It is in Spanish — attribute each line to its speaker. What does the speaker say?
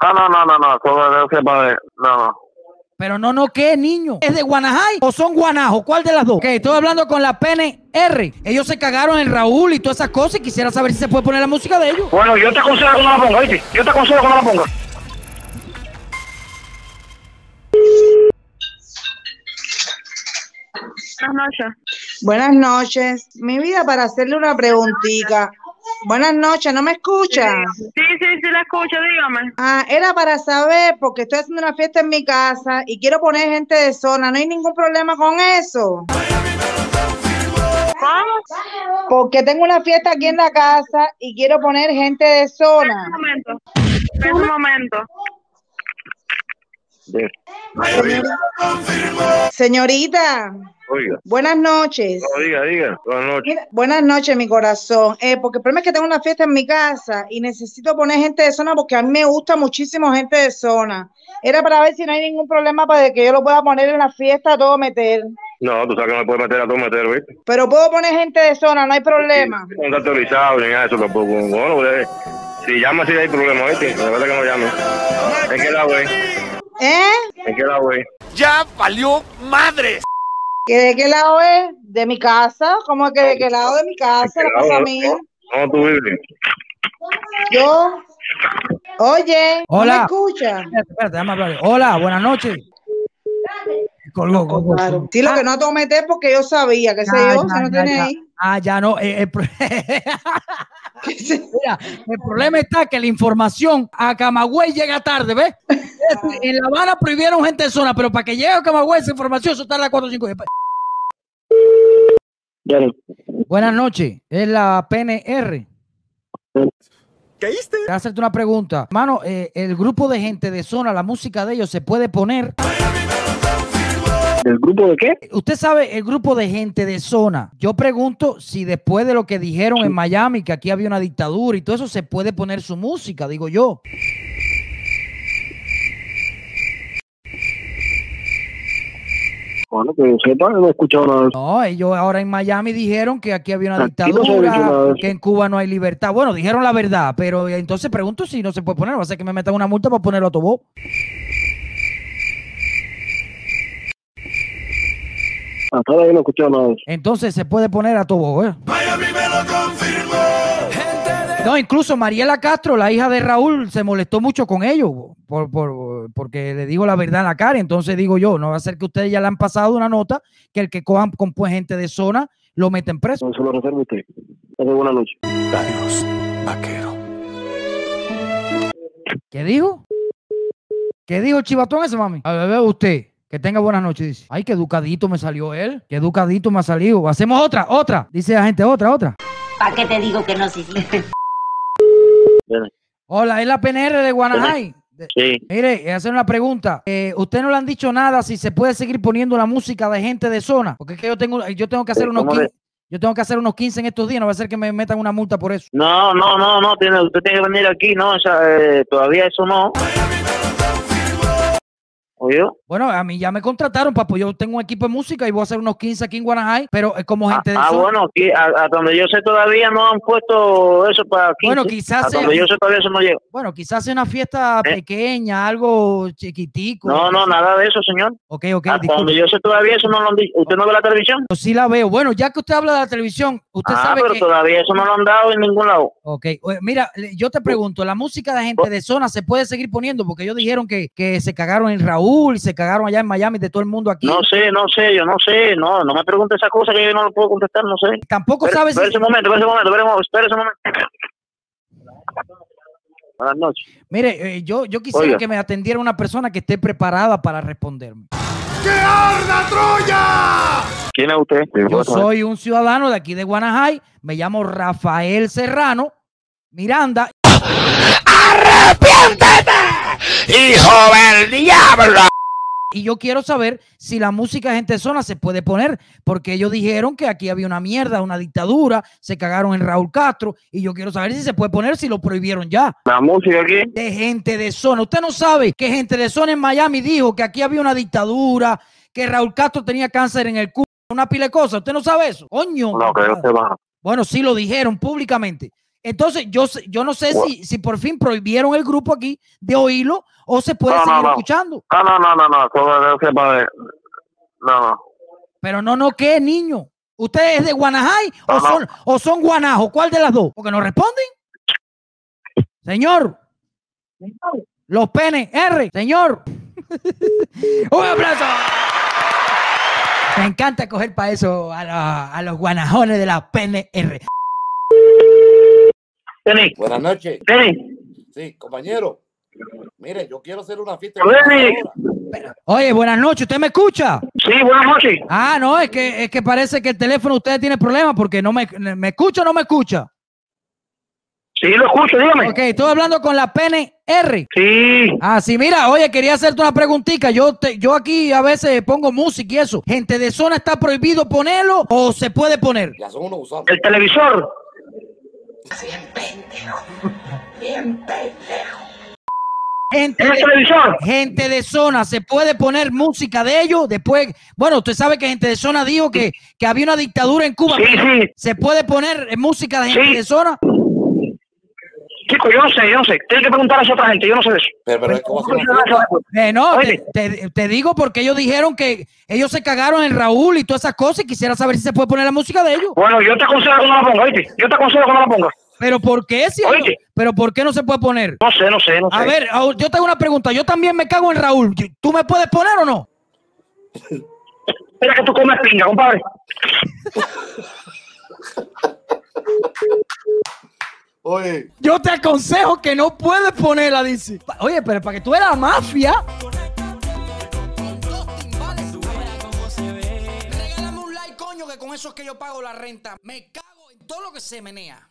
Speaker 1: Ah, no, no, no, no, solo no sepa de. No, no.
Speaker 2: Pero no, no, ¿qué, niño? ¿Es de Guanajay o son guanajos? ¿Cuál de las dos? Que estoy hablando con la PNR. Ellos se cagaron en Raúl y todas esas cosas y quisiera saber si se puede poner la música de ellos.
Speaker 3: Bueno, yo te aconsejo que no la ponga, ¿viste? Yo te aconsejo que no la ponga.
Speaker 4: Buenas noches.
Speaker 5: Buenas noches. Mi vida, para hacerle una preguntita. Buenas noches, ¿no me escucha?
Speaker 4: Sí, sí, sí, la escucho, dígame.
Speaker 5: Ah, era para saber, porque estoy haciendo una fiesta en mi casa y quiero poner gente de zona. ¿No hay ningún problema con eso?
Speaker 4: ¿Cómo?
Speaker 5: Porque tengo una fiesta aquí en la casa y quiero poner gente de
Speaker 4: Un
Speaker 5: zona.
Speaker 4: momento. Espera un momento.
Speaker 1: De-
Speaker 5: Señorita,
Speaker 1: Oiga,
Speaker 5: buenas noches.
Speaker 1: no, diga, diga. Buenas noches.
Speaker 5: Mira, buenas noches, mi corazón. Eh, porque el problema es que tengo una fiesta en mi casa y necesito poner gente de zona porque a mí me gusta muchísimo gente de zona. Era para ver si no hay ningún problema para que yo lo pueda poner en la fiesta a todo meter.
Speaker 1: No, tú sabes que no me puedes meter a tu meter, ¿viste?
Speaker 5: Pero puedo poner gente de zona, no hay problema.
Speaker 1: No está autorizado ni nada de eso tampoco. Bueno, pues, eh, si llama, si hay problema, ¿viste? La verdad que no llame. ¿En qué lado es?
Speaker 5: ¿Eh?
Speaker 1: ¿En qué lado es?
Speaker 5: ¿Que ¿De qué lado es? ¿De mi casa? ¿Cómo que de qué lado de mi casa? La casa mía.
Speaker 1: No, tú vives.
Speaker 5: Yo. Oye, ¿no
Speaker 2: Hola.
Speaker 5: ¿me escucha?
Speaker 2: Espérate, espérate, déjame hablar. Hola, buenas noches. Colgó, colgó.
Speaker 5: Claro. Sí, lo que no tengo meter porque yo sabía, qué sé
Speaker 2: Ah, ya,
Speaker 5: yo, si no
Speaker 2: ya,
Speaker 5: tiene
Speaker 2: ya.
Speaker 5: ahí.
Speaker 2: Ah, ya no. eh, el pro- Mira, el problema está que la información a Camagüey llega tarde, ¿ves? Este, En La Habana prohibieron gente de zona, pero para que llegue a Camagüey esa información, eso está en la 450. Buenas noches, es la PNR. Te
Speaker 6: ¿Caíste?
Speaker 2: voy a hacerte una pregunta. Hermano, eh, el grupo de gente de zona, la música de ellos se puede poner.
Speaker 3: ¿Del grupo de qué?
Speaker 2: Usted sabe el grupo de gente de zona. Yo pregunto si después de lo que dijeron en Miami, que aquí había una dictadura y todo eso, se puede poner su música, digo yo.
Speaker 3: Bueno, que yo sepa, no he escuchado nada de eso.
Speaker 2: No, ellos ahora en Miami dijeron que aquí había una
Speaker 3: Aquí no se ha dicho nada de
Speaker 2: dictadura,
Speaker 3: eso.
Speaker 2: que en Cuba no hay libertad. Bueno, dijeron la verdad, pero entonces pregunto si no se puede poner. Va a ser que me metan una multa para ponerlo a Tobó.
Speaker 3: Hasta ahora yo no he escuchado nada de eso.
Speaker 2: Entonces se puede poner a Tobó, ¿eh? No, incluso Mariela Castro, la hija de Raúl, se molestó mucho con ellos por, por- porque le digo la verdad en la cara. Entonces digo yo, no va a ser que ustedes ya le han pasado una nota que el que cojan con pues, gente de zona lo meten preso.
Speaker 3: No se lo reserva usted. Hace buena noche.
Speaker 6: Adiós, vaquero.
Speaker 2: ¿Qué dijo? ¿Qué dijo el chivatón ese, mami? A ver, usted. Que tenga buenas noches, dice. Ay, qué educadito me salió él. Qué educadito me ha salido. Hacemos otra, otra. Dice la gente, otra, otra.
Speaker 7: ¿Para qué te digo que no, sí, sí?
Speaker 2: Hola, es la PNR de Guanajay. De-
Speaker 1: Sí.
Speaker 2: Mire, hacer una pregunta. Eh, usted no le han dicho nada si se puede seguir poniendo la música de gente de zona. Porque es que yo tengo, yo tengo que hacer
Speaker 1: Eh,
Speaker 2: unos
Speaker 1: ¿cómo
Speaker 2: 15, yo tengo que hacer unos 15 en estos días. No va a ser que me metan una multa por eso.
Speaker 1: No, no, no, no, tiene, usted tiene que venir aquí, no, esa, eh, todavía eso no. ¿Oyó?
Speaker 2: Bueno, a mí ya me contrataron, papo. Yo tengo un equipo de música y voy a hacer unos 15 aquí en Guanajay, pero eh, como
Speaker 1: Ah,
Speaker 2: gente de
Speaker 1: ah,
Speaker 2: zona.
Speaker 1: bueno, aquí, a, a donde yo sé todavía no han puesto eso para aquí.
Speaker 2: Bueno, quizás
Speaker 1: A
Speaker 2: sea-
Speaker 1: donde yo sé todavía eso no llega.
Speaker 2: Bueno, quizás sea una fiesta
Speaker 1: Eh.
Speaker 2: pequeña, algo chiquitico.
Speaker 1: No, no, nada de eso, señor.
Speaker 2: Ok, ok,
Speaker 1: A
Speaker 2: disculpe.
Speaker 1: donde yo sé todavía eso no lo han dicho. ¿Usted no ve la televisión?
Speaker 2: Yo sí la veo. Bueno, ya que usted habla de la televisión, usted
Speaker 1: Ah,
Speaker 2: sabe
Speaker 1: pero
Speaker 2: que...
Speaker 1: todavía eso no lo han dado en ningún lado.
Speaker 2: Ok, oye, mira, le- yo te pregunto, ¿la música de gente de zona se puede seguir poniendo? Porque ellos dijeron que, que se cagaron en Raúl, se cagaron allá en Miami, de todo el mundo aquí.
Speaker 1: No sé, no sé, yo no sé, no, no me pregunte esa cosa que yo no lo puedo contestar, no sé.
Speaker 2: Tampoco
Speaker 1: Espera
Speaker 2: sabes si...
Speaker 1: espera ese momento, espera ese momento, espera ese- espera ese momento. Buenas noches.
Speaker 2: Mire, eh, yo, yo quisiera
Speaker 1: Oiga.
Speaker 2: que me atendiera una persona que esté preparada para responderme.
Speaker 1: ¿Quién es usted?
Speaker 2: Yo soy un ciudadano de aquí de Guanajay, me llamo Rafael Serrano Miranda
Speaker 6: ¡Hijo del diablo!
Speaker 2: Y yo quiero saber si la música de gente de zona se puede poner, porque ellos dijeron que aquí había una mierda, una dictadura, se cagaron en Raúl Castro, y yo quiero saber si se puede poner, si lo prohibieron ya.
Speaker 1: La música aquí.
Speaker 2: De gente de zona. Usted no sabe que gente de zona en Miami dijo que aquí había una dictadura, que Raúl Castro tenía cáncer en el culo, una pila de cosas. Usted no sabe eso. Coño.
Speaker 1: No, que yo sepa.
Speaker 2: Bueno, sí lo dijeron públicamente. Entonces, yo, sé- yo no sé si, si por fin prohibieron el grupo aquí de oírlo o se puede
Speaker 1: No, no,
Speaker 2: seguir
Speaker 1: no.
Speaker 2: escuchando.
Speaker 1: Ah, no, no, no, no, todo debe ser para de- No, no.
Speaker 2: Pero no, no, ¿qué, niño? ¿Usted es de Guanajay o
Speaker 1: No, no.
Speaker 2: son, o son guanajos? ¿Cuál de las dos? Porque no responden. Señor. Los penes. R. Señor. Un aplauso. Me encanta coger para eso a, la- a los guanajones de la PNR.
Speaker 4: Denis,
Speaker 8: Buenas noches.
Speaker 4: Denis,
Speaker 8: Sí, compañero. Mire, yo quiero hacer una fiesta.
Speaker 4: Denis.
Speaker 2: Oye, buenas noches. ¿Usted me escucha?
Speaker 4: Sí, buenas noches.
Speaker 2: Ah, no, es que, es que parece que el teléfono de ustedes tiene problemas porque no me, me escucha o no me escucha.
Speaker 4: Sí, lo escucho, dígame.
Speaker 2: Ok, estoy hablando con la PNR.
Speaker 4: Sí,
Speaker 2: Ah, sí, mira, oye, quería hacerte una preguntita. Yo, te- yo aquí a veces pongo música y eso. ¿Gente de zona está prohibido ponerlo o se puede poner?
Speaker 8: Ya son unos usados.
Speaker 4: el televisor.
Speaker 2: Gente
Speaker 4: ¿Es el
Speaker 2: de,
Speaker 4: televisor?
Speaker 2: gente de zona, ¿se puede poner música de ellos? Después, bueno, usted sabe que gente de zona dijo que, que había una dictadura en Cuba.
Speaker 4: Sí, sí.
Speaker 2: ¿Se puede poner eh, música de gente
Speaker 4: Sí.
Speaker 2: de zona?
Speaker 4: Chico, yo no sé, yo no sé. Tienes que preguntar a esa otra gente, yo no sé de eso.
Speaker 8: Pero, pero es que va a ser una fiesta.
Speaker 2: Eh, no, te,
Speaker 4: Oye.
Speaker 2: te- te digo porque ellos dijeron que ellos se cagaron en Raúl y todas esas cosas y quisiera saber si se puede poner la música de ellos.
Speaker 4: Bueno, yo te aconsejo que no la ponga, oíste. Yo te aconsejo que no la ponga.
Speaker 2: ¿Pero por qué? Si
Speaker 4: Oye.
Speaker 2: ellos- ¿Pero por qué no se puede poner?
Speaker 4: No sé, no sé, no sé.
Speaker 2: A ver, Raúl, yo tengo una pregunta. Yo también me cago en Raúl. Yo- ¿Tú me puedes poner o no?
Speaker 4: Espera que tú comes pinga, compadre.
Speaker 8: Oye,
Speaker 2: Yo te aconsejo que no puedes ponerla, dice. Pa- Oye, pero para que tú eras mafia. Regálame un like, coño, que con eso es que yo pago la renta. Me cago en todo lo que se menea.